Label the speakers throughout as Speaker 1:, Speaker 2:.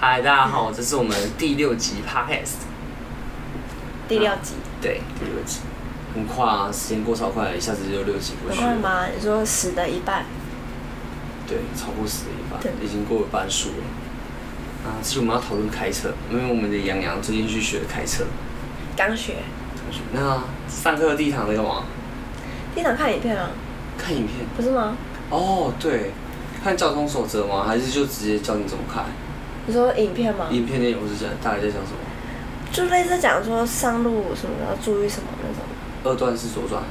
Speaker 1: 嗨，大家好，这是我们第六集 podcast，
Speaker 2: 第六集，
Speaker 1: 对，第六集，很快啊，时间过超快，一下子就六集过
Speaker 2: 有
Speaker 1: 去
Speaker 2: 快
Speaker 1: 了，
Speaker 2: 吗？你说死的一半，
Speaker 1: 对，超过十的一半
Speaker 2: 对，
Speaker 1: 已经过了半数了。啊，其实我们要讨论开车，因为我们的杨洋最近去学开车，
Speaker 2: 刚学，
Speaker 1: 同学，那上课的第一堂在干嘛？
Speaker 2: 经常看影片啊，
Speaker 1: 看影片。
Speaker 2: 不是吗？
Speaker 1: 哦，对，看交通守则吗？还是就直接教你怎么开？
Speaker 2: 你说影片吗？
Speaker 1: 影片内容是讲大概在讲什么？
Speaker 2: 就类似讲说上路什么要注意什么那种，
Speaker 1: 二段式左转，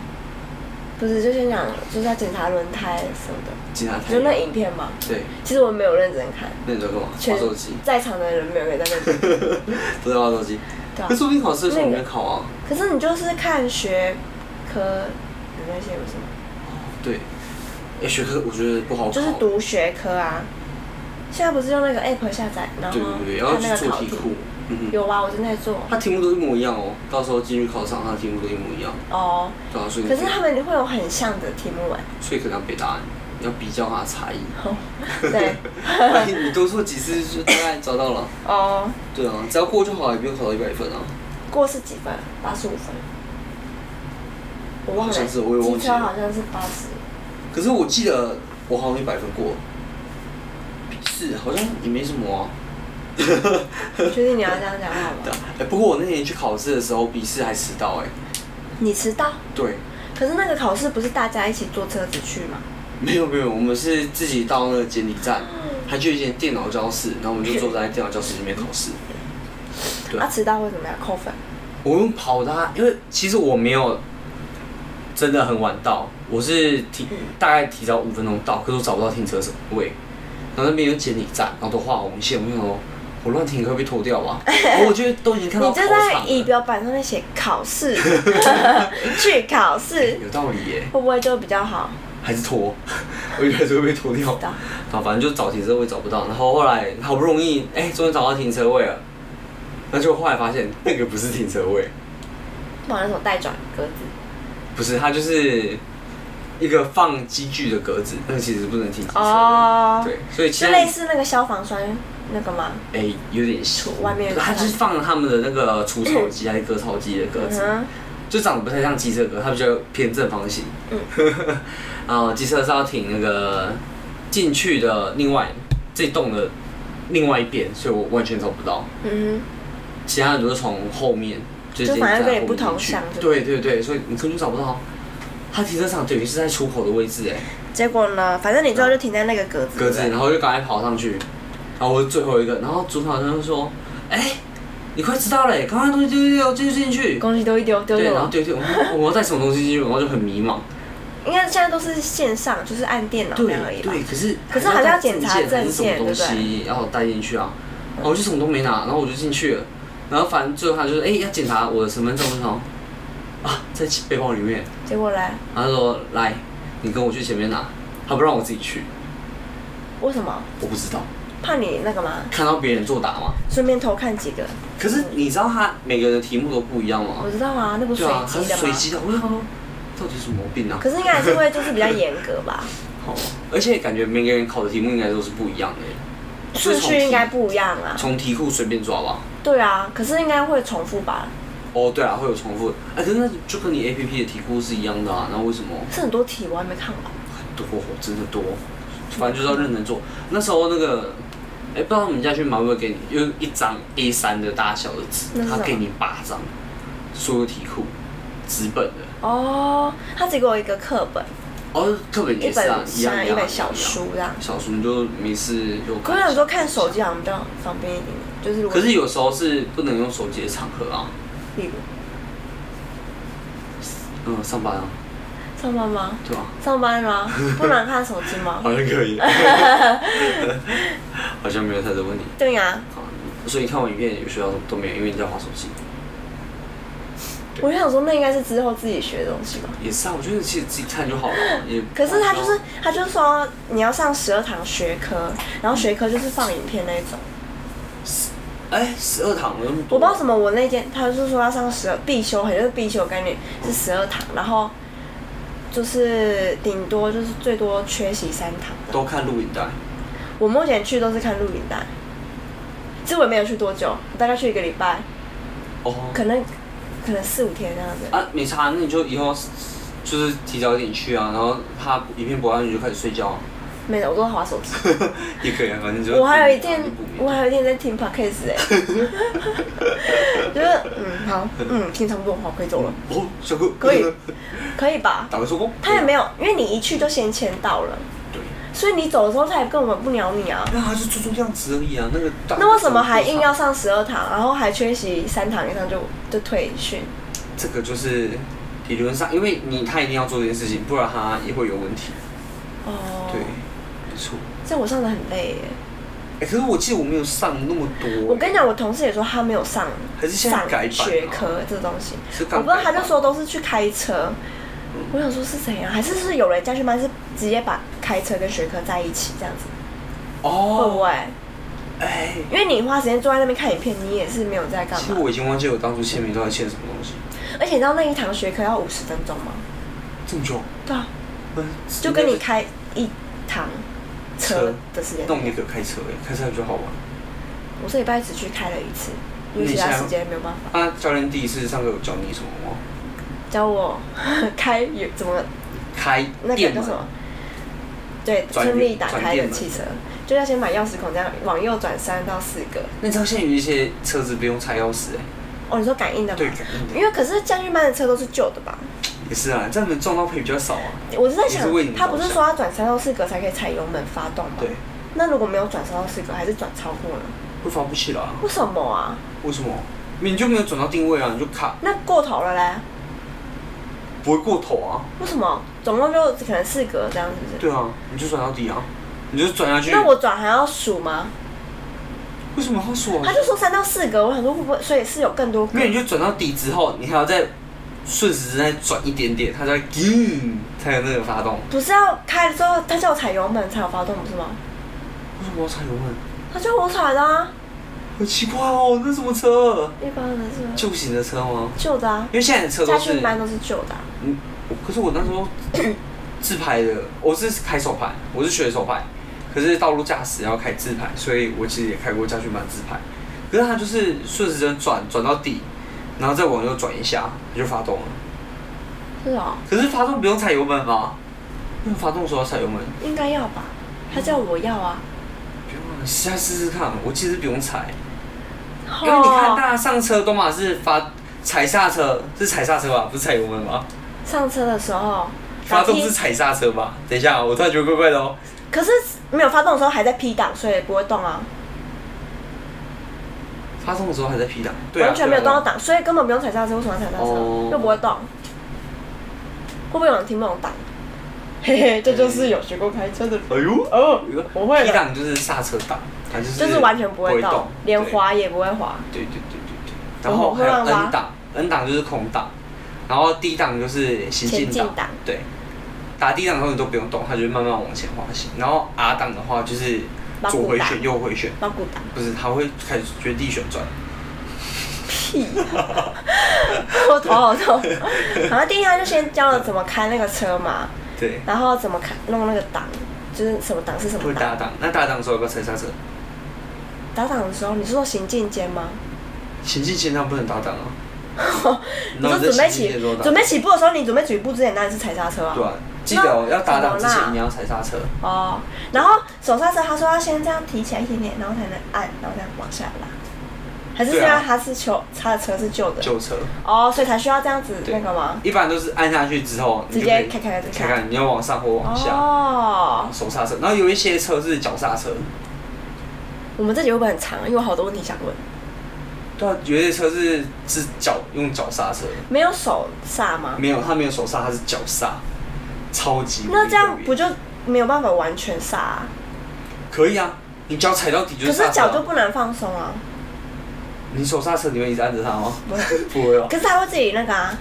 Speaker 2: 不是就先讲就是要检查轮胎什么的，
Speaker 1: 警察台。
Speaker 2: 就那影片嘛。
Speaker 1: 对，
Speaker 2: 其实我没有认真看，
Speaker 1: 那你在干嘛？
Speaker 2: 全
Speaker 1: 划手机，
Speaker 2: 在场的人没有人在 认真看，
Speaker 1: 都在划手机。
Speaker 2: 对啊
Speaker 1: 可。是我定考试的时候我没有考啊。
Speaker 2: 可是你就是看学科那些不是吗？
Speaker 1: 对，哎，学科我觉得不好考。
Speaker 2: 就是读学科啊。现在不是用那个 app 下载，然后
Speaker 1: 对对对，然后
Speaker 2: 看
Speaker 1: 去
Speaker 2: 那个
Speaker 1: 做
Speaker 2: 考
Speaker 1: 题
Speaker 2: 题。
Speaker 1: 库。嗯哼，
Speaker 2: 有啊，我正在做。
Speaker 1: 它题目都一模一样哦。到时候进去考场，它的题目都一模一样。
Speaker 2: 哦，
Speaker 1: 对啊，所以你
Speaker 2: 可是他们会有很像的题 目哎、
Speaker 1: 所以可能要背答案，要比较它的差异。
Speaker 2: 对，
Speaker 1: 你多做几次就大概找到了。
Speaker 2: 哦，
Speaker 1: 对啊，只要过就好，也不用考到一百分啊。
Speaker 2: 过是几分？八十五分。我忘了、
Speaker 1: 好像是我也忘记了
Speaker 2: 机车好像是八十，
Speaker 1: 可是我记得我好像一百分过，是好像也没什么啊。
Speaker 2: 确定你要这样讲好
Speaker 1: 对
Speaker 2: 吗？
Speaker 1: 啊哎、不过我那天去考试的时候，笔试还迟到哎、
Speaker 2: 你迟到，
Speaker 1: 对，
Speaker 2: 可是那个考试不是大家一起坐车子去吗？
Speaker 1: 没有没有，我们是自己到那个监理站，还去一间电脑教室，然后我们就坐在电脑教室里面考试。对
Speaker 2: 啊，迟到会怎么样？扣分。
Speaker 1: 我用跑的、啊，因为其实我没有真的很晚到，我是
Speaker 2: 嗯
Speaker 1: 提大概提早五分钟到，可是我找不到停车位，然后那边有监理站，然后都画红线，我就想说我乱停会被拖掉 吧，然后我就都已经看
Speaker 2: 你
Speaker 1: 到
Speaker 2: 就
Speaker 1: 考场
Speaker 2: 在仪
Speaker 1: 了，
Speaker 2: 表板上面写考试， 去考试
Speaker 1: 有道理耶、
Speaker 2: 会不会就比较好？
Speaker 1: 还是拖， 我觉得还是会被拖掉
Speaker 2: 知道。
Speaker 1: 好，反正就找停车位找不到，然后后来好不容易，哎、终于找到停车位了，那就后来发现那个不是停车位，
Speaker 2: 不然那种带转格子。
Speaker 1: 不是，它就是一个放机具的格子，那个其实不能停机车。
Speaker 2: 哦
Speaker 1: 对，所以其
Speaker 2: 就
Speaker 1: 实
Speaker 2: 类似那个消防栓那个吗？
Speaker 1: 哎、有点像
Speaker 2: 外面
Speaker 1: 它就是放了他们的那个除草 机还是割草机的格
Speaker 2: 嗯
Speaker 1: 子，
Speaker 2: 哼，
Speaker 1: 就长得不太像机车格，它比较偏正方形。
Speaker 2: 嗯
Speaker 1: 然后机车是要停那个进去的另外这栋的另外一边，所以我完全找不到。
Speaker 2: 嗯
Speaker 1: 其他人都是从后面，就
Speaker 2: 就反而跟你不同
Speaker 1: 去
Speaker 2: 向对。不
Speaker 1: 对对对，所以你根本就找不到。它停车场等于是在出口的位置，哎，
Speaker 2: 哼。结果呢？反正你最后就停在那个格子。
Speaker 1: 格
Speaker 2: 对
Speaker 1: 子，
Speaker 2: 不对
Speaker 1: 然后就赶快跑上去，然后我是最后一个，然后主考生就说：“哎、你快知道了，赶快东西丢丢丢丢进去。
Speaker 2: 东西都一丢丢
Speaker 1: 对，
Speaker 2: 掉
Speaker 1: 然后
Speaker 2: 了。
Speaker 1: 丢丢，我说我要带什么东西进去，然后就很迷 茫。
Speaker 2: 应该现在都是线上，就是按电脑那样而已
Speaker 1: 对
Speaker 2: 吧。
Speaker 1: 对，可是
Speaker 2: 可是还是要检查
Speaker 1: 还是
Speaker 2: 证
Speaker 1: 什么
Speaker 2: 件
Speaker 1: 东西要带进去啊。然后我就什么都没拿，然后我就进去了，然后反正最后他就是哎、要检查我的身份证，我就想说啊在背包里面，
Speaker 2: 结果嘞，
Speaker 1: 他就说来你跟我去前面拿，他不让我自己去，
Speaker 2: 为什么？
Speaker 1: 我不知道，
Speaker 2: 怕你那个嘛，
Speaker 1: 看到别人作答嘛。
Speaker 2: 顺便偷看几个。
Speaker 1: 可是你知道他每个人的题目都不一样吗
Speaker 2: 我？知道啊，那不是
Speaker 1: 对
Speaker 2: 随
Speaker 1: 啊，他
Speaker 2: 机
Speaker 1: 是
Speaker 2: 的
Speaker 1: 随
Speaker 2: 吗？
Speaker 1: 机的，我就想说到底什么毛病啊？
Speaker 2: 可是应该还是会就是比较严格 吧，
Speaker 1: 好，而且感觉每个人考的题目应该都是不一样的，所以
Speaker 2: 顺
Speaker 1: 从
Speaker 2: 序
Speaker 1: 题
Speaker 2: 应该不一样啊。
Speaker 1: 从题库随便抓吧。
Speaker 2: 对啊，可是应该会重复吧？
Speaker 1: 哦，对啊，会有重复，哎、可是那就跟你 A P P 的题库是一样的啊，那为什么
Speaker 2: 是很多题我还没看完。
Speaker 1: 很多真的多？反正就是要认真做。那时候那个，哎、不知道你们家去买不会给你，有一张 A 三的大小的纸
Speaker 2: 那，是什
Speaker 1: 他
Speaker 2: 么
Speaker 1: 给你八张，所有题库纸本的，
Speaker 2: 哦，他只给我一个课本，
Speaker 1: 哦，课本
Speaker 2: 一
Speaker 1: 也是啊
Speaker 2: 本，
Speaker 1: 一样
Speaker 2: 像
Speaker 1: 一
Speaker 2: 一
Speaker 1: 样
Speaker 2: 本小，
Speaker 1: 一样
Speaker 2: 书这样。
Speaker 1: 小书你就没事就
Speaker 2: 可
Speaker 1: 看
Speaker 2: 我
Speaker 1: 一下。
Speaker 2: 想说看手机好像比较方便一点，就是如果
Speaker 1: 可是有时候是不能用手机的场合啊，
Speaker 2: 例如
Speaker 1: 嗯，上班啊，
Speaker 2: 上班吗？
Speaker 1: 对吧、
Speaker 2: 上班吗？不能看手机吗？
Speaker 1: 好像可 以，好像没有太多问题。
Speaker 2: 对呀、
Speaker 1: 好所以你看完影片有学到什么都没有，因为你在划手机。
Speaker 2: 我就想说那应该是之后自己学的东西吧。
Speaker 1: 也是啊，我觉得其实自己看就好 了，也。
Speaker 2: 可是他
Speaker 1: 哦
Speaker 2: 就是，他就说你要上十二堂学科，然后学科就是放影片那一种。
Speaker 1: 哎，十二堂有那么多，
Speaker 2: 我不知道什么，我那天他就说要上十二必修，好像是必修概念是十二堂，然后就是顶多就是最多缺席三堂的。
Speaker 1: 都看录影带，
Speaker 2: 我目前去都是看录影带，其实我也没有去多久，我大概去一个礼拜，
Speaker 1: 哦，
Speaker 2: 可能可能四五天这样子。
Speaker 1: 啊，没差，那你就以后就是提早一点去啊，然后他影片播完你就开始睡觉、啊，
Speaker 2: 没有，我都在划手机。
Speaker 1: 也可以啊，反正就
Speaker 2: 我还有一天
Speaker 1: 就不，明
Speaker 2: 我还有一天在听 podcast 哎、 就是嗯好，嗯听差不多，好可以走了，
Speaker 1: 哦，小哥
Speaker 2: 可以可以吧？
Speaker 1: 打个收工，
Speaker 2: 他也没有，因为你一去就先签到了，
Speaker 1: 对，
Speaker 2: 所以你走的时候他也根本不鸟你啊。
Speaker 1: 那他就做做样子而已啊，那个大
Speaker 2: 那为什么还硬要上十二堂，然后还缺席三堂以上就就退训？
Speaker 1: 这个就是理论上，因为你他一定要做这件事情，不然他也会有问题。
Speaker 2: 哦，
Speaker 1: 对，没错。
Speaker 2: 这样我上的很累耶。
Speaker 1: 哎、可是我记得我没有上那么多、
Speaker 2: 我跟你讲，我同事也说他没有上
Speaker 1: 还是现在
Speaker 2: 上
Speaker 1: 改版啊
Speaker 2: 学科这东西，
Speaker 1: 是
Speaker 2: 我
Speaker 1: 刚
Speaker 2: 不知道，
Speaker 1: 改
Speaker 2: 他
Speaker 1: 版
Speaker 2: 就说都是去开车。
Speaker 1: 嗯
Speaker 2: 我想说是怎样，还是是有人家训班是直接把开车跟学科在一起这样子，会不
Speaker 1: 哦，
Speaker 2: 会？
Speaker 1: 哎、
Speaker 2: 因为你花时间坐在那边看影片，你也是没有在干
Speaker 1: 其实
Speaker 2: 嘛。
Speaker 1: 我已经忘记我当初签名都在签什么东西，
Speaker 2: 而且你知道那一堂学科要五十分钟吗？
Speaker 1: 这么久，
Speaker 2: 对啊，
Speaker 1: 嗯
Speaker 2: 就跟你开一堂车的时间。
Speaker 1: 弄一个开车哎、开车就好玩。
Speaker 2: 我这礼拜只去开了一次，因为其他时间没有办法。
Speaker 1: 那啊教练第一次上课有教你什么吗？
Speaker 2: 教我 开有怎么
Speaker 1: 开
Speaker 2: 那个
Speaker 1: 电
Speaker 2: 叫
Speaker 1: 门
Speaker 2: 什么？对，
Speaker 1: 转
Speaker 2: 顺利打
Speaker 1: 转
Speaker 2: 开
Speaker 1: 电
Speaker 2: 的
Speaker 1: 门
Speaker 2: 汽车，就要先买钥匙孔，这样往右转三到四个。
Speaker 1: 那你知道现在有一些车子不用拆钥匙哎、
Speaker 2: 哦，你说感应的吗？
Speaker 1: 对，感应的
Speaker 2: 因为可是将军班的车都是旧的吧？
Speaker 1: 也是啊，这样能撞到赔比较少啊。
Speaker 2: 我是在想
Speaker 1: 也是为你，着
Speaker 2: 他不是
Speaker 1: 想
Speaker 2: 说要转三到四格才可以踩油门发动吗？
Speaker 1: 对，
Speaker 2: 那如果没有转三到四格，还是转超过了，
Speaker 1: 会发不起来啊？
Speaker 2: 为什么啊？
Speaker 1: 为什么？你就没有转到定位啊，你就卡，
Speaker 2: 那过头了嘞？
Speaker 1: 不会过头啊。
Speaker 2: 为什么？总共就可能四格这样，是不是？
Speaker 1: 对啊，你就转到底啊，你就转下去。
Speaker 2: 那我转还要数吗？
Speaker 1: 为什么他说？啊
Speaker 2: 他就说三到四格，我想说会不会，所以是有更多格
Speaker 1: 哦没有，你就转到底之后，你还要再顺时针再转一点点，它才叮 才有那个发动。
Speaker 2: 不是要开了之后，他叫我踩油门才有发动，不是吗？
Speaker 1: 为什么要踩油门？
Speaker 2: 他叫我踩的啊，
Speaker 1: 好奇怪哦，那什么车？
Speaker 2: 一般的是啊
Speaker 1: 旧型的车吗？
Speaker 2: 旧的啊
Speaker 1: 因，为现在的车
Speaker 2: 家
Speaker 1: 都是
Speaker 2: 训，班都是旧的啊、
Speaker 1: 嗯，我可是我那时候自拍的，我是开手牌，我是学手牌，可是道路驾驶要开自拍，所以我其实也开过家训班自拍，可是它就是顺时针转转到底，然后再往右转一下，它就发动了。
Speaker 2: 是哦，
Speaker 1: 可是发动不用踩油门吗？那发动的时候要踩油门，
Speaker 2: 应该要吧？他叫我要啊，
Speaker 1: 不用啊，你下次试试看。我其实不用踩，因
Speaker 2: 因
Speaker 1: 为你看大家上车都嘛是发踩刹车，是踩刹车吧？不是踩油门吧？
Speaker 2: 上车的时候，
Speaker 1: 发动
Speaker 2: 然后
Speaker 1: 是
Speaker 2: 踢
Speaker 1: 踩刹车吧？等一下啊，我突然觉得怪怪的哦。
Speaker 2: 可是没有发动的时候还在 P 档，所以不会动啊，
Speaker 1: 发动的时候还在 P 档，对啊，
Speaker 2: 完全没有
Speaker 1: 对
Speaker 2: 动
Speaker 1: 啊
Speaker 2: 到。档，所以根本不用踩刹车，为什么要踩刹
Speaker 1: 哦
Speaker 2: 车？又不会动，会不会有人听不懂档？嘿嘿， 这就是有学过开车的人
Speaker 1: 对啊哎呦，
Speaker 2: 哦，我会
Speaker 1: P
Speaker 2: 了，
Speaker 1: 档就是刹车档，它就是
Speaker 2: 就是完全不会动
Speaker 1: 动，，
Speaker 2: 连
Speaker 1: 对。
Speaker 2: 滑也不会滑。
Speaker 1: 对对对对对。然后还有
Speaker 2: 我会让它
Speaker 1: N 档，N 档就是空档，然后 D 档就是行
Speaker 2: 前进
Speaker 1: 进档
Speaker 2: 档。
Speaker 1: 对，打 D 档的时候你都不用动，它就会慢慢往前滑行。然后 R 档的话就是
Speaker 2: 把
Speaker 1: 左
Speaker 2: 鼓
Speaker 1: 回
Speaker 2: 打
Speaker 1: 旋、右回旋，
Speaker 2: 八股档
Speaker 1: 不是，它会开始绝地旋转。
Speaker 2: 屁，我头 好痛。然后第一他就先教了怎么开那个车嘛，
Speaker 1: 对，
Speaker 2: 然后怎么开弄那个档，就是什么档是什
Speaker 1: 会
Speaker 2: 么
Speaker 1: 打
Speaker 2: 档。
Speaker 1: 档。那打档的时候要不要踩刹车？
Speaker 2: 打档的时候，你是说行进间吗？
Speaker 1: 行进线上不能打档啊。
Speaker 2: 你
Speaker 1: 然后
Speaker 2: 说
Speaker 1: 你在
Speaker 2: 准
Speaker 1: 行
Speaker 2: 备
Speaker 1: 进线
Speaker 2: 起
Speaker 1: 的时候打
Speaker 2: 准备起步的时候，你准备起步之前当然是踩刹车啊。
Speaker 1: 对啊，记得哦，
Speaker 2: 那
Speaker 1: 要打档之
Speaker 2: 怎么
Speaker 1: 前
Speaker 2: 啦
Speaker 1: 一定要踩刹车。
Speaker 2: 哦，然后手刹车，他说要先这样提起来一点点，然后才能按，然后再往下拉。还是
Speaker 1: 对
Speaker 2: 是
Speaker 1: 啊
Speaker 2: 要他是旧，他的车是旧的
Speaker 1: 旧车
Speaker 2: 哦，所以才需要这样子
Speaker 1: 对
Speaker 2: 那个吗？
Speaker 1: 一般都是按下去之后，你
Speaker 2: 直
Speaker 1: 就
Speaker 2: 接
Speaker 1: 可以
Speaker 2: 开开开
Speaker 1: 开开，你要往上或往下，
Speaker 2: 哦，
Speaker 1: 啊手刹车。然后有一些车是脚刹车，
Speaker 2: 我们这集会不会很长？因为我好多问题想问。
Speaker 1: 对啊，有一些车是是脚用脚刹车，
Speaker 2: 没有手刹吗？
Speaker 1: 没有，它没有手刹，它是脚刹，超级无敌
Speaker 2: 那这样
Speaker 1: 特别
Speaker 2: 不就没有办法完全刹、啊？
Speaker 1: 可以啊？你脚踩到底就
Speaker 2: 可是
Speaker 1: 刹车啊
Speaker 2: 脚就不能放松啊。
Speaker 1: 你手刹车，你会一直按着它吗？
Speaker 2: 不会
Speaker 1: 不会哦。
Speaker 2: 可是它会自己那个啊，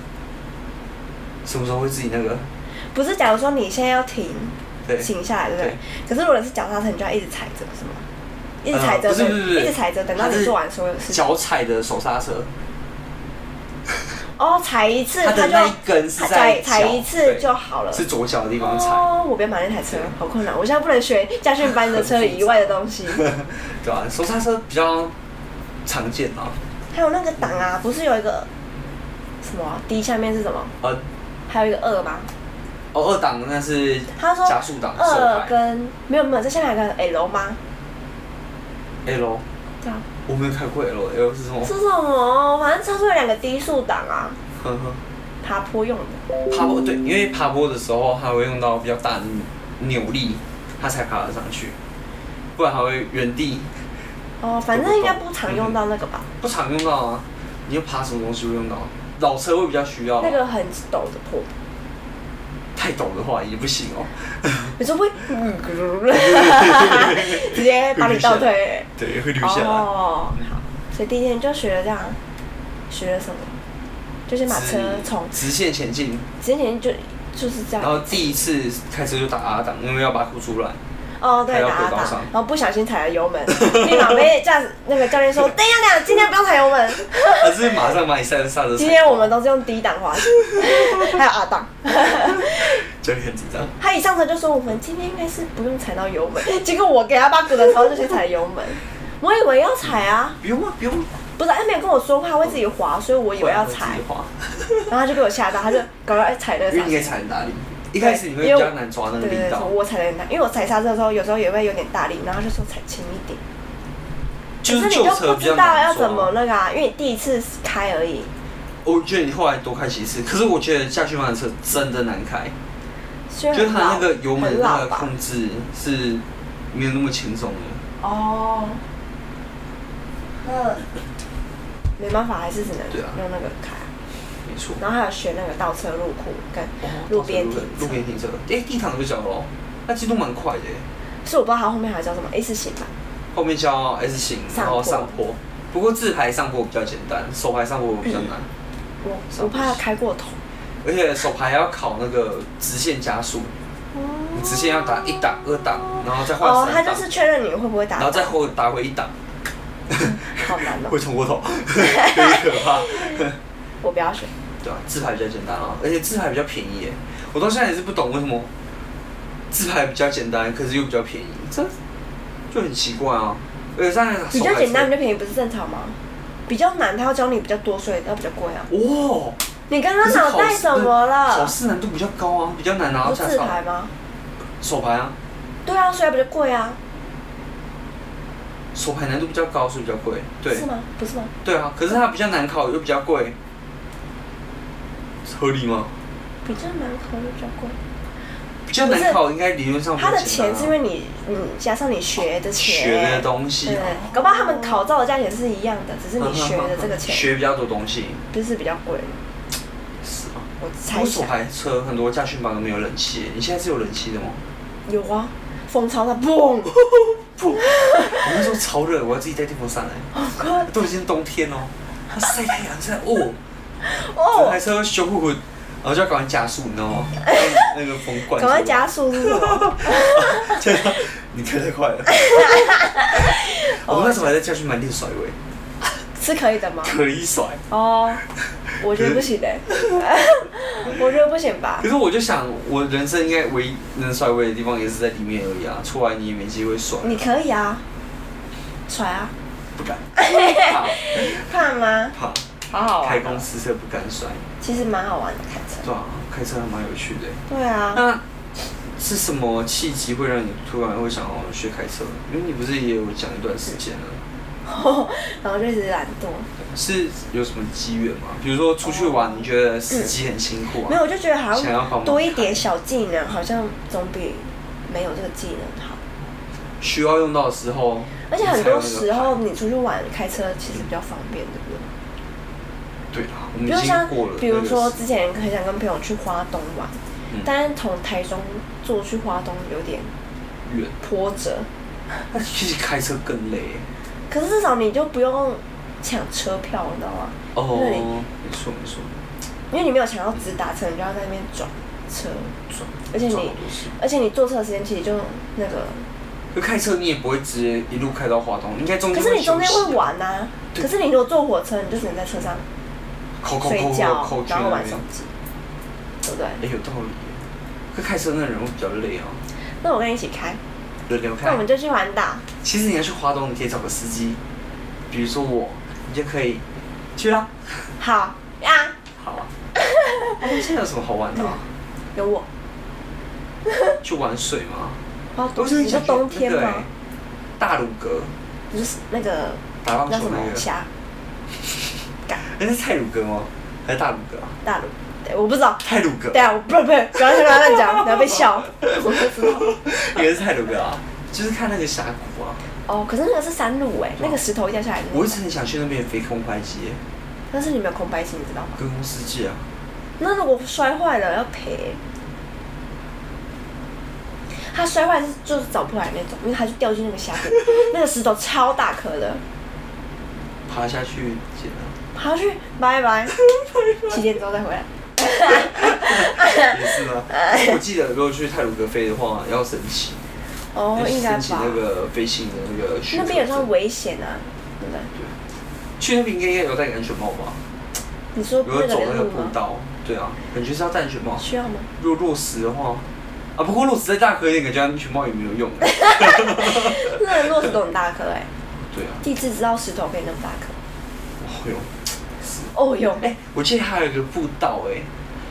Speaker 1: 什么时候会自己那个？
Speaker 2: 不是？假如说你现在要停，
Speaker 1: 对，
Speaker 2: 停下来，对不对
Speaker 1: 对？
Speaker 2: 可是如果你是脚刹车，你就要一直踩着，是吗？一直踩着，
Speaker 1: 呃不是不是不是
Speaker 2: 一直踩着，等到
Speaker 1: 它
Speaker 2: 你
Speaker 1: 是
Speaker 2: 做完所有事情。
Speaker 1: 脚踩的手刹车，
Speaker 2: 哦，踩一次
Speaker 1: 它的
Speaker 2: 它
Speaker 1: 那一
Speaker 2: 就
Speaker 1: 根是在
Speaker 2: 踩踩一
Speaker 1: 脚
Speaker 2: 次
Speaker 1: 对
Speaker 2: 就好了。
Speaker 1: 是左脚的地方踩，
Speaker 2: 哦，我不要买那台车，好困难！我现在不能学家训班的车以外的东西。
Speaker 1: 啊对吧、手刹车比较常见啊。
Speaker 2: 还有那个档啊，不是有一个什么啊 D 下面是什么？
Speaker 1: 呃，
Speaker 2: 还有一个二吗？
Speaker 1: 哦，二档那是
Speaker 2: 他说
Speaker 1: 加速档手
Speaker 2: 二
Speaker 1: 排
Speaker 2: 跟没有没有，在下面还有一个 L 吗？
Speaker 1: L，
Speaker 2: 对啊，
Speaker 1: 我没有看过 L L 是什么？
Speaker 2: 是什么？反正它是有两个低速档啊，
Speaker 1: 呵呵
Speaker 2: 爬坡用的。
Speaker 1: 爬坡对，因为爬坡的时候它会用到比较大的扭力，它才爬得上去，不然还会原地
Speaker 2: 哦，反正应该不常用到那个吧，
Speaker 1: 不常用到啊。你又爬什么东西会用到？老车会比较需要啊，
Speaker 2: 那个很陡的坡，
Speaker 1: 太陡的话也不行哦。
Speaker 2: 你就会嗯直接把你倒退。
Speaker 1: 对，会溜下来。
Speaker 2: 哦，好，所以第一天就学了这样，学了什么？就先把车嗯从
Speaker 1: 直线前进，
Speaker 2: 之前就就是这样。
Speaker 1: 然后第一次开车就打 R 档，因为要把它吐出来。
Speaker 2: 哦，对，
Speaker 1: 还要
Speaker 2: 打
Speaker 1: 轨道
Speaker 2: 打，
Speaker 1: 上
Speaker 2: 然后不小心踩了油门， 立马被驾驶那个教练说：“等一下，等一下，今天不要踩油门。
Speaker 1: 可是马上把你刹车刹车。
Speaker 2: 今天我们都是用低档滑行， 还有 R 档。
Speaker 1: 就会很紧张。
Speaker 2: 他一上车就说我们今天应该是不用踩到油门， 结果我给他八股的时候就去 踩油门，我以为要踩啊，
Speaker 1: 不用啊，不用啊，
Speaker 2: 不是他没有跟我说话，会自己滑，所以我以为要
Speaker 1: 自己
Speaker 2: 踩，
Speaker 1: 滑，
Speaker 2: 然后他就被我吓到，他就赶快踩那
Speaker 1: 因为
Speaker 2: 个刹
Speaker 1: 你可以
Speaker 2: 车。
Speaker 1: 踩很大力。一开始你会比
Speaker 2: 因为
Speaker 1: 较难抓那个
Speaker 2: 对
Speaker 1: 力
Speaker 2: 对对，
Speaker 1: 道，
Speaker 2: 我踩的很大，因为我踩刹车的时候有时候也会有点大力，然后就说踩轻一点。
Speaker 1: 就
Speaker 2: 可
Speaker 1: 是
Speaker 2: 是你
Speaker 1: 旧
Speaker 2: 就
Speaker 1: 车
Speaker 2: 不
Speaker 1: 比
Speaker 2: 知
Speaker 1: 较
Speaker 2: 道
Speaker 1: 难
Speaker 2: 要怎么
Speaker 1: 抓。
Speaker 2: 那个啊，因为你第一次开而已，
Speaker 1: 我觉得你后来多开几次，可是我觉得下去慢的车真的难开，
Speaker 2: 虽然
Speaker 1: 就是它那
Speaker 2: 很
Speaker 1: 个
Speaker 2: 老
Speaker 1: 油门
Speaker 2: 很
Speaker 1: 的那
Speaker 2: 老
Speaker 1: 个
Speaker 2: 吧。
Speaker 1: 控制是没有那么轻松的。
Speaker 2: 哦，嗯，没办法，还是只能
Speaker 1: 对啊
Speaker 2: 用那个开。
Speaker 1: 没错。
Speaker 2: 然后还有学那个倒车入库跟
Speaker 1: 哦
Speaker 2: 路边停
Speaker 1: 路
Speaker 2: 车，
Speaker 1: 边停车，哎，地毯都被缴了哦，那进度蛮快的耶。
Speaker 2: 是我不知道它后面还叫什么 S 型吧？
Speaker 1: 后面叫 S 型，然后上
Speaker 2: 上
Speaker 1: 坡。不过自排上坡比较简单，手排上坡比较难，
Speaker 2: 嗯我我怕它开过头。
Speaker 1: 而且手排要考那个直线加速，你直线要打一档、二档，然后再
Speaker 2: 哦
Speaker 1: 换，
Speaker 2: 它
Speaker 1: 三
Speaker 2: 就
Speaker 1: 档，
Speaker 2: 是确认你会不会打
Speaker 1: 然后
Speaker 2: 档，
Speaker 1: 再后打回一档，
Speaker 2: 好难
Speaker 1: 会
Speaker 2: 哦，
Speaker 1: 冲过 头，有点可怕。
Speaker 2: 我不要学。
Speaker 1: 对啊，自排比较简单啊，而且自排比较便宜耶。我到现在也是不懂为什么自排比较简单，可是又比较便宜，这就很奇怪啊。而且上
Speaker 2: 比较简单比较便宜不是正常吗？比较难，他要教你比较多，所以要比较贵啊。
Speaker 1: 哇，
Speaker 2: 你刚刚脑袋怎么
Speaker 1: 考
Speaker 2: 了？
Speaker 1: 试难度比较高啊，比较难拿
Speaker 2: 不
Speaker 1: 到
Speaker 2: 是
Speaker 1: 驾
Speaker 2: 自
Speaker 1: 照。
Speaker 2: 排吗？
Speaker 1: 手牌啊，
Speaker 2: 对啊，所以它比较贵啊，
Speaker 1: 手牌难度比较高，所以比较贵。对
Speaker 2: 是，吗？不是吗？
Speaker 1: 对啊，可是它比较难考，又比较贵，合理吗？
Speaker 2: 比较难考虑比较贵。
Speaker 1: 比较难考，应该理论上
Speaker 2: 他的
Speaker 1: 比较简单
Speaker 2: 钱
Speaker 1: 啊
Speaker 2: 是因为你你加上你学的钱，
Speaker 1: 学的东西哦
Speaker 2: 对，搞不好他们考照的价钱是一样的，只是你学的这个钱
Speaker 1: 学比较多东西，
Speaker 2: 就是比较贵。
Speaker 1: 是吗？
Speaker 2: 我猜
Speaker 1: 不过手
Speaker 2: 想
Speaker 1: 牌车很多驾训班都没有冷气耶，你现在是有冷气的吗？
Speaker 2: 有啊，风超大，嘣，
Speaker 1: 不，我那时候超热，我要自己带电风扇哎，
Speaker 2: 好快
Speaker 1: 都已经冬天哦，它晒太阳晒哦，整台
Speaker 2: 哦！
Speaker 1: 车咻呼呼，然后就要赶快加速，你知道 吗？那个风灌进
Speaker 2: 赶
Speaker 1: 来，
Speaker 2: 快加速是 什么？
Speaker 1: 这样你开太快了。 我那时候还在教训满地甩尾，
Speaker 2: 是可以的吗？
Speaker 1: 可以甩。
Speaker 2: 哦，我觉得不行的， 我觉得不行吧
Speaker 1: 可。是我就想，我人生应该唯一能甩尾的地方也是在里面而已啊，出来你也没机会甩。
Speaker 2: 你可以啊，甩啊，
Speaker 1: 不敢，
Speaker 2: 怕吗？
Speaker 1: 怕
Speaker 2: 好好
Speaker 1: 怕，开
Speaker 2: 玩
Speaker 1: 公
Speaker 2: 哦，
Speaker 1: 司车不敢甩，
Speaker 2: 其实蛮好玩的开车。
Speaker 1: 对啊，开车还蛮有趣的欸。
Speaker 2: 对啊，
Speaker 1: 那是什么契机会让你突然会想要学开车？因为你不是也有讲一段时间了，
Speaker 2: 然后就一直懒惰。
Speaker 1: 是有什么机缘吗？比如说出去玩，你觉得司机很辛苦啊？
Speaker 2: 没有，我就觉得好
Speaker 1: 想要帮忙
Speaker 2: 像多一点小技能，好像总比没有这个技能好。
Speaker 1: 需要用到的时候，
Speaker 2: 而且很多时候
Speaker 1: 你才有那个
Speaker 2: 你出去玩开车其实比较方便，对不对？
Speaker 1: 对啦，我们
Speaker 2: 比
Speaker 1: 已
Speaker 2: 如
Speaker 1: 经
Speaker 2: 像
Speaker 1: 过了，
Speaker 2: 比如说之前很想跟朋友去花东玩，
Speaker 1: 嗯
Speaker 2: 但是从台中坐去花东有点
Speaker 1: 远，
Speaker 2: 波折，
Speaker 1: 那其实开车更累
Speaker 2: 可是至少你就不用抢车票，你知道吗？
Speaker 1: 哦
Speaker 2: 对。
Speaker 1: 没错没错，
Speaker 2: 因为你没有抢到直达车，你就要在那边转车，
Speaker 1: 转
Speaker 2: 而且
Speaker 1: 转
Speaker 2: 你
Speaker 1: 好多次
Speaker 2: 而且你坐车的时间其实就那个，
Speaker 1: 可开车你也不会直接一路开到华东，应该中
Speaker 2: 可
Speaker 1: 间
Speaker 2: 是你中间
Speaker 1: 休息
Speaker 2: 会玩啊，
Speaker 1: 对
Speaker 2: 可是你如果坐火车，你就只能在车上
Speaker 1: 抠抠抠
Speaker 2: 睡
Speaker 1: 抠
Speaker 2: 觉
Speaker 1: 抠，去
Speaker 2: 然后
Speaker 1: 那
Speaker 2: 玩手
Speaker 1: 边，
Speaker 2: 机，对不对？
Speaker 1: 哎有道理耶，可开车那人会比较累啊，
Speaker 2: 那我跟你一起开，
Speaker 1: 轮流
Speaker 2: 那
Speaker 1: 开
Speaker 2: 我们。就去环岛。
Speaker 1: 其实你要去华东，你可以找个司机，比如说我，你就可以去啦。
Speaker 2: 好呀，
Speaker 1: 好 啊。那现在有什么好玩的、啊？
Speaker 2: 有我。
Speaker 1: 去玩水吗？
Speaker 2: 哦，
Speaker 1: 我是
Speaker 2: 你说冬天
Speaker 1: 那个
Speaker 2: 吗
Speaker 1: 欸？大鲁阁
Speaker 2: 不是那个
Speaker 1: 打棒
Speaker 2: 叫
Speaker 1: 球
Speaker 2: 什
Speaker 1: 那
Speaker 2: 么
Speaker 1: 个，哎
Speaker 2: 虾？嘎
Speaker 1: 那是蔡鲁阁吗？还是大鲁阁啊？
Speaker 2: 大陆，对我不知道。
Speaker 1: 蔡鲁阁
Speaker 2: 对，啊，我不不，不要不要乱讲，然后被笑。我不知 道。
Speaker 1: 也是蔡鲁阁啊，就是看那个峡谷啊。
Speaker 2: 哦，可是那个是山路哎，那个石头一掉下来就是。
Speaker 1: 我一直很想去那边飞空拍机耶，
Speaker 2: 但是你没有空白期，你知道吗？
Speaker 1: 跟公司借啊。
Speaker 2: 那如果摔坏了要赔。他摔坏是就是找不来那种，因为他就掉进那个峡谷，那个石头超大颗的，
Speaker 1: 爬下去捡啊，
Speaker 2: 爬上去拜 拜，七天之后再回来。
Speaker 1: 也是 啊。我记得如果去泰鲁阁飞的话，要申请，
Speaker 2: 哦，
Speaker 1: 要
Speaker 2: 应该
Speaker 1: 申请
Speaker 2: 吧。
Speaker 1: 哎那个飞行的那个许可
Speaker 2: 那
Speaker 1: 证
Speaker 2: 边也算危险啊，对不对？
Speaker 1: 对去那边应该有戴个安全帽吧？
Speaker 2: 你说
Speaker 1: 如果
Speaker 2: 那
Speaker 1: 走
Speaker 2: 个
Speaker 1: 那个
Speaker 2: 路
Speaker 1: 步
Speaker 2: 吗？
Speaker 1: 道，对啊，感觉是要戴安全帽。
Speaker 2: 需要吗？
Speaker 1: 如果落石的话，啊，不过落石再大颗一点，感觉安全帽也没有 用。啊
Speaker 2: 那个落石都很大颗哎、
Speaker 1: 对啊，
Speaker 2: 第一次知道石头可以那么大颗。
Speaker 1: 哦哟，
Speaker 2: 哦哟，
Speaker 1: 哎、我记得还有一个步道、哎，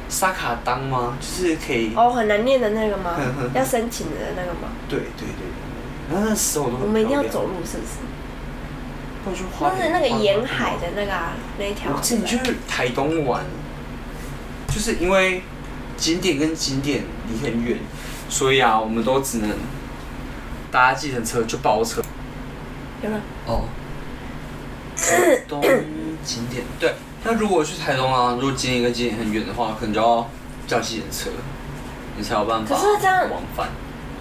Speaker 1: 沙卡当吗？就是可以，
Speaker 2: 哦，很难念的那个 吗？要申请的那个吗？
Speaker 1: 对对对对，然后那石头都很
Speaker 2: 我们一定要
Speaker 1: 漂亮
Speaker 2: 走，路是不是？
Speaker 1: 不然就花
Speaker 2: 那
Speaker 1: 莲
Speaker 2: 是那个
Speaker 1: 花莲
Speaker 2: 沿
Speaker 1: 地方
Speaker 2: 海的那个啊，那一条
Speaker 1: 我。之前
Speaker 2: 对不对
Speaker 1: 去台东玩，就是因为景点跟景点离很远，所以啊，我们都只能搭计程车就包车。
Speaker 2: 有没有？
Speaker 1: 哦，台东景点对。那如果去台东啊，如果景点跟景点很远的话，可能就要叫计程车，你才有办法
Speaker 2: 可是这样
Speaker 1: 往返。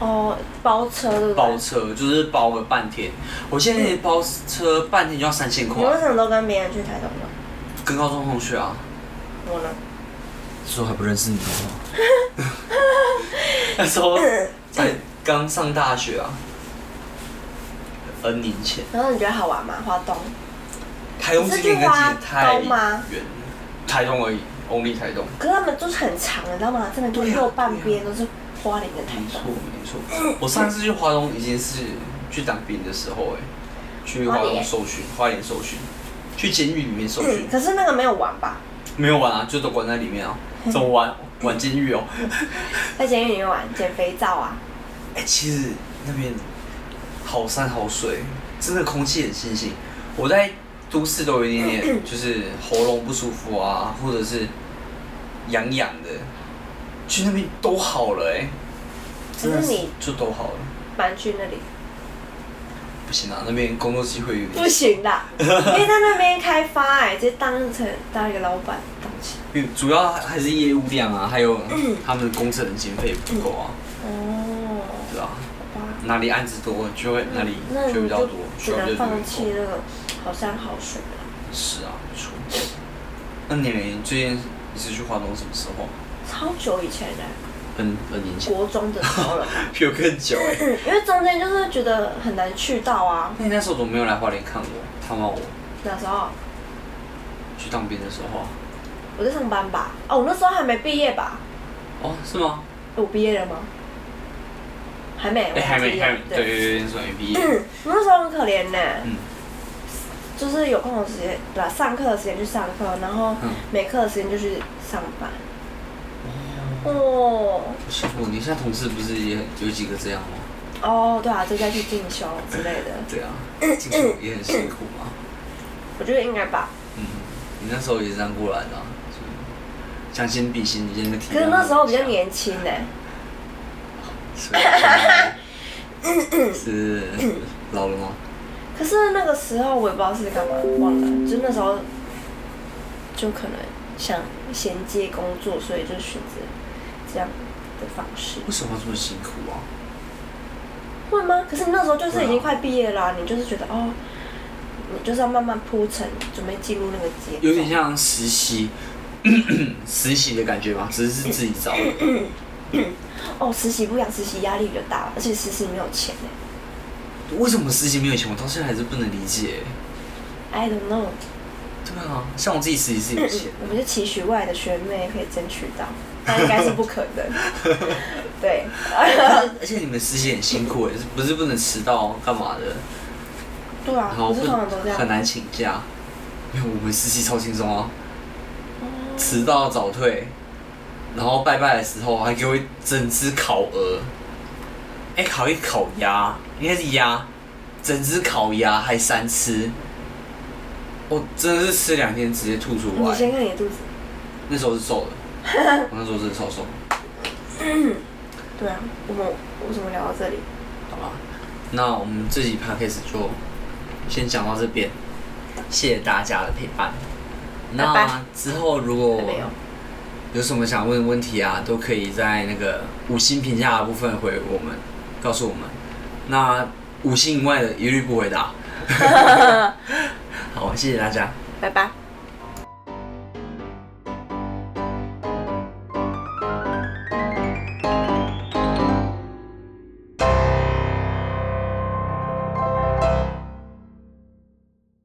Speaker 2: 哦，包车对不对？
Speaker 1: 包车就是包个半天，我现在包车半天就要三千块
Speaker 2: 嗯你，为什么都跟别人去台东吗？
Speaker 1: 跟高中同学啊，
Speaker 2: 我呢？
Speaker 1: 说还不认识你的哦话， 那时候才刚上大学啊，N 年前，
Speaker 2: 然后你觉得好玩吗？花东？
Speaker 1: 台东今年跟今年太远了
Speaker 2: 你，
Speaker 1: 台东而已，only 台东。
Speaker 2: 可是他们就是很长，你知道吗？真的就
Speaker 1: 对啊
Speaker 2: 右半边都是花莲跟台
Speaker 1: 没错
Speaker 2: 东。
Speaker 1: 没错，我上次去花东已经是去当兵的时候哎、去花
Speaker 2: 花
Speaker 1: 东
Speaker 2: 莲
Speaker 1: 受训，花莲受训，去监狱里面受训
Speaker 2: 嗯，，可是那个没有玩吧？
Speaker 1: 没有玩啊，就都关在里面 啊，怎么玩玩监狱哦？
Speaker 2: 在监狱里面玩减肥皂啊，
Speaker 1: 哎、其实那边好山好水，真的空气很清新。我在都市都有一点 点就是喉咙不舒服啊，或者是痒痒的，去那边都好了哎、真的
Speaker 2: 可是你
Speaker 1: 就都好了。
Speaker 2: 搬去那里
Speaker 1: 不行啊，那边工作机会有
Speaker 2: 不
Speaker 1: 点
Speaker 2: 行的，因为在那边开发哎、直接当成当一个老板当起。
Speaker 1: 因为主要还是业务量啊，还有
Speaker 2: 嗯
Speaker 1: 他们工程的经费不够啊，
Speaker 2: 哦，
Speaker 1: 对啊，
Speaker 2: 好吧。
Speaker 1: 哪里案子多就会哪里
Speaker 2: 嗯那
Speaker 1: 就会
Speaker 2: 你
Speaker 1: 比较
Speaker 2: 就
Speaker 1: 多，需
Speaker 2: 只
Speaker 1: 要
Speaker 2: 能
Speaker 1: 就
Speaker 2: 放弃那个好山好水了，
Speaker 1: 是啊，没错。那你们最近你是去花东什么时候啊？
Speaker 2: 超久以前的，
Speaker 1: 很很年 轻，
Speaker 2: 国中的时候了吧，
Speaker 1: 有更久哎、
Speaker 2: 嗯因为中间就是觉得很难去到啊，
Speaker 1: 那你那时候怎么没有来花莲看我、探望我？
Speaker 2: 那时候
Speaker 1: 去当兵的时候啊？
Speaker 2: 我在上班吧，哦，我那时候还没毕业吧，
Speaker 1: 哦，是吗？
Speaker 2: 我毕业了吗？还没，
Speaker 1: 哎、
Speaker 2: 我
Speaker 1: 还
Speaker 2: 毕
Speaker 1: 没，
Speaker 2: 业
Speaker 1: 还没，对对对，那时候没毕业。
Speaker 2: 嗯 我那时候很可怜呢、
Speaker 1: 嗯
Speaker 2: 就是有空的时间，对吧？啊上课的时间去上课，然后
Speaker 1: 嗯
Speaker 2: 没课的时间就去上班。哦，
Speaker 1: 辛苦你，现在同事不是也有几个这样吗？
Speaker 2: 哦，对啊，就再去进修之类的，
Speaker 1: 对啊，
Speaker 2: 嗯
Speaker 1: 进修也很辛苦嘛。
Speaker 2: 我觉得应该吧。
Speaker 1: 嗯，你那时候也是这样过来的、啊，所以将心比心，你现在体
Speaker 2: 可是
Speaker 1: 谅
Speaker 2: 那时候比较
Speaker 1: 一下，
Speaker 2: 年轻呢、
Speaker 1: 所 以啊
Speaker 2: 嗯
Speaker 1: 是老了吗？
Speaker 2: 可是那个时候我也不知道是干嘛，忘了。就那时候，就可能想衔接工作，所以就选择这样的方式。
Speaker 1: 为什么这么辛苦啊？
Speaker 2: 会吗？可是你那时候就是
Speaker 1: 会
Speaker 2: 已经
Speaker 1: 啊
Speaker 2: 快毕业啦、你就是觉得哦，你就是要慢慢铺陈，准备进入那个阶
Speaker 1: 有点
Speaker 2: 段。
Speaker 1: 像实习， 实习的感觉吧，只是是自己找的。
Speaker 2: 哦，实习不一样，实习压力比较大，而且实习没有钱呢、
Speaker 1: 为什么实习没有钱？我到现在还是不能理解。
Speaker 2: I don't know，
Speaker 1: 对啊，像我自己实习是有 钱，
Speaker 2: 嗯我们就期许未来的学妹可以争取到，但应该是不可 能。对，
Speaker 1: 欸而且你们实习很辛苦哎，不是不能迟到干嘛的？
Speaker 2: 对啊
Speaker 1: 然，后
Speaker 2: 不是通常都这样。
Speaker 1: 很难请假，因为我们实习超轻松啊，
Speaker 2: 哦。
Speaker 1: 迟到早退，然后拜拜的时候还给我一整只烤鹅，哎、烤一烤鸭，应该是鸭，整只烤鸭还三吃，我真的是吃两天直接吐出
Speaker 2: 你
Speaker 1: 来，
Speaker 2: 先看你的肚子。
Speaker 1: 那时候是瘦的，我那时候真的超瘦，
Speaker 2: 对啊，我们为什么聊到这里？
Speaker 1: 好吧，那我们这集 podcast 就先讲到这边，谢谢大家的陪伴。
Speaker 2: 拜
Speaker 1: 那
Speaker 2: 拜
Speaker 1: 之后如果
Speaker 2: 还没有。
Speaker 1: 有什么想问的问题啊，都可以在那个五星评价的部分回我们，告诉我们。那 五星以外的一律不回答。好，谢谢大家。
Speaker 2: 拜拜。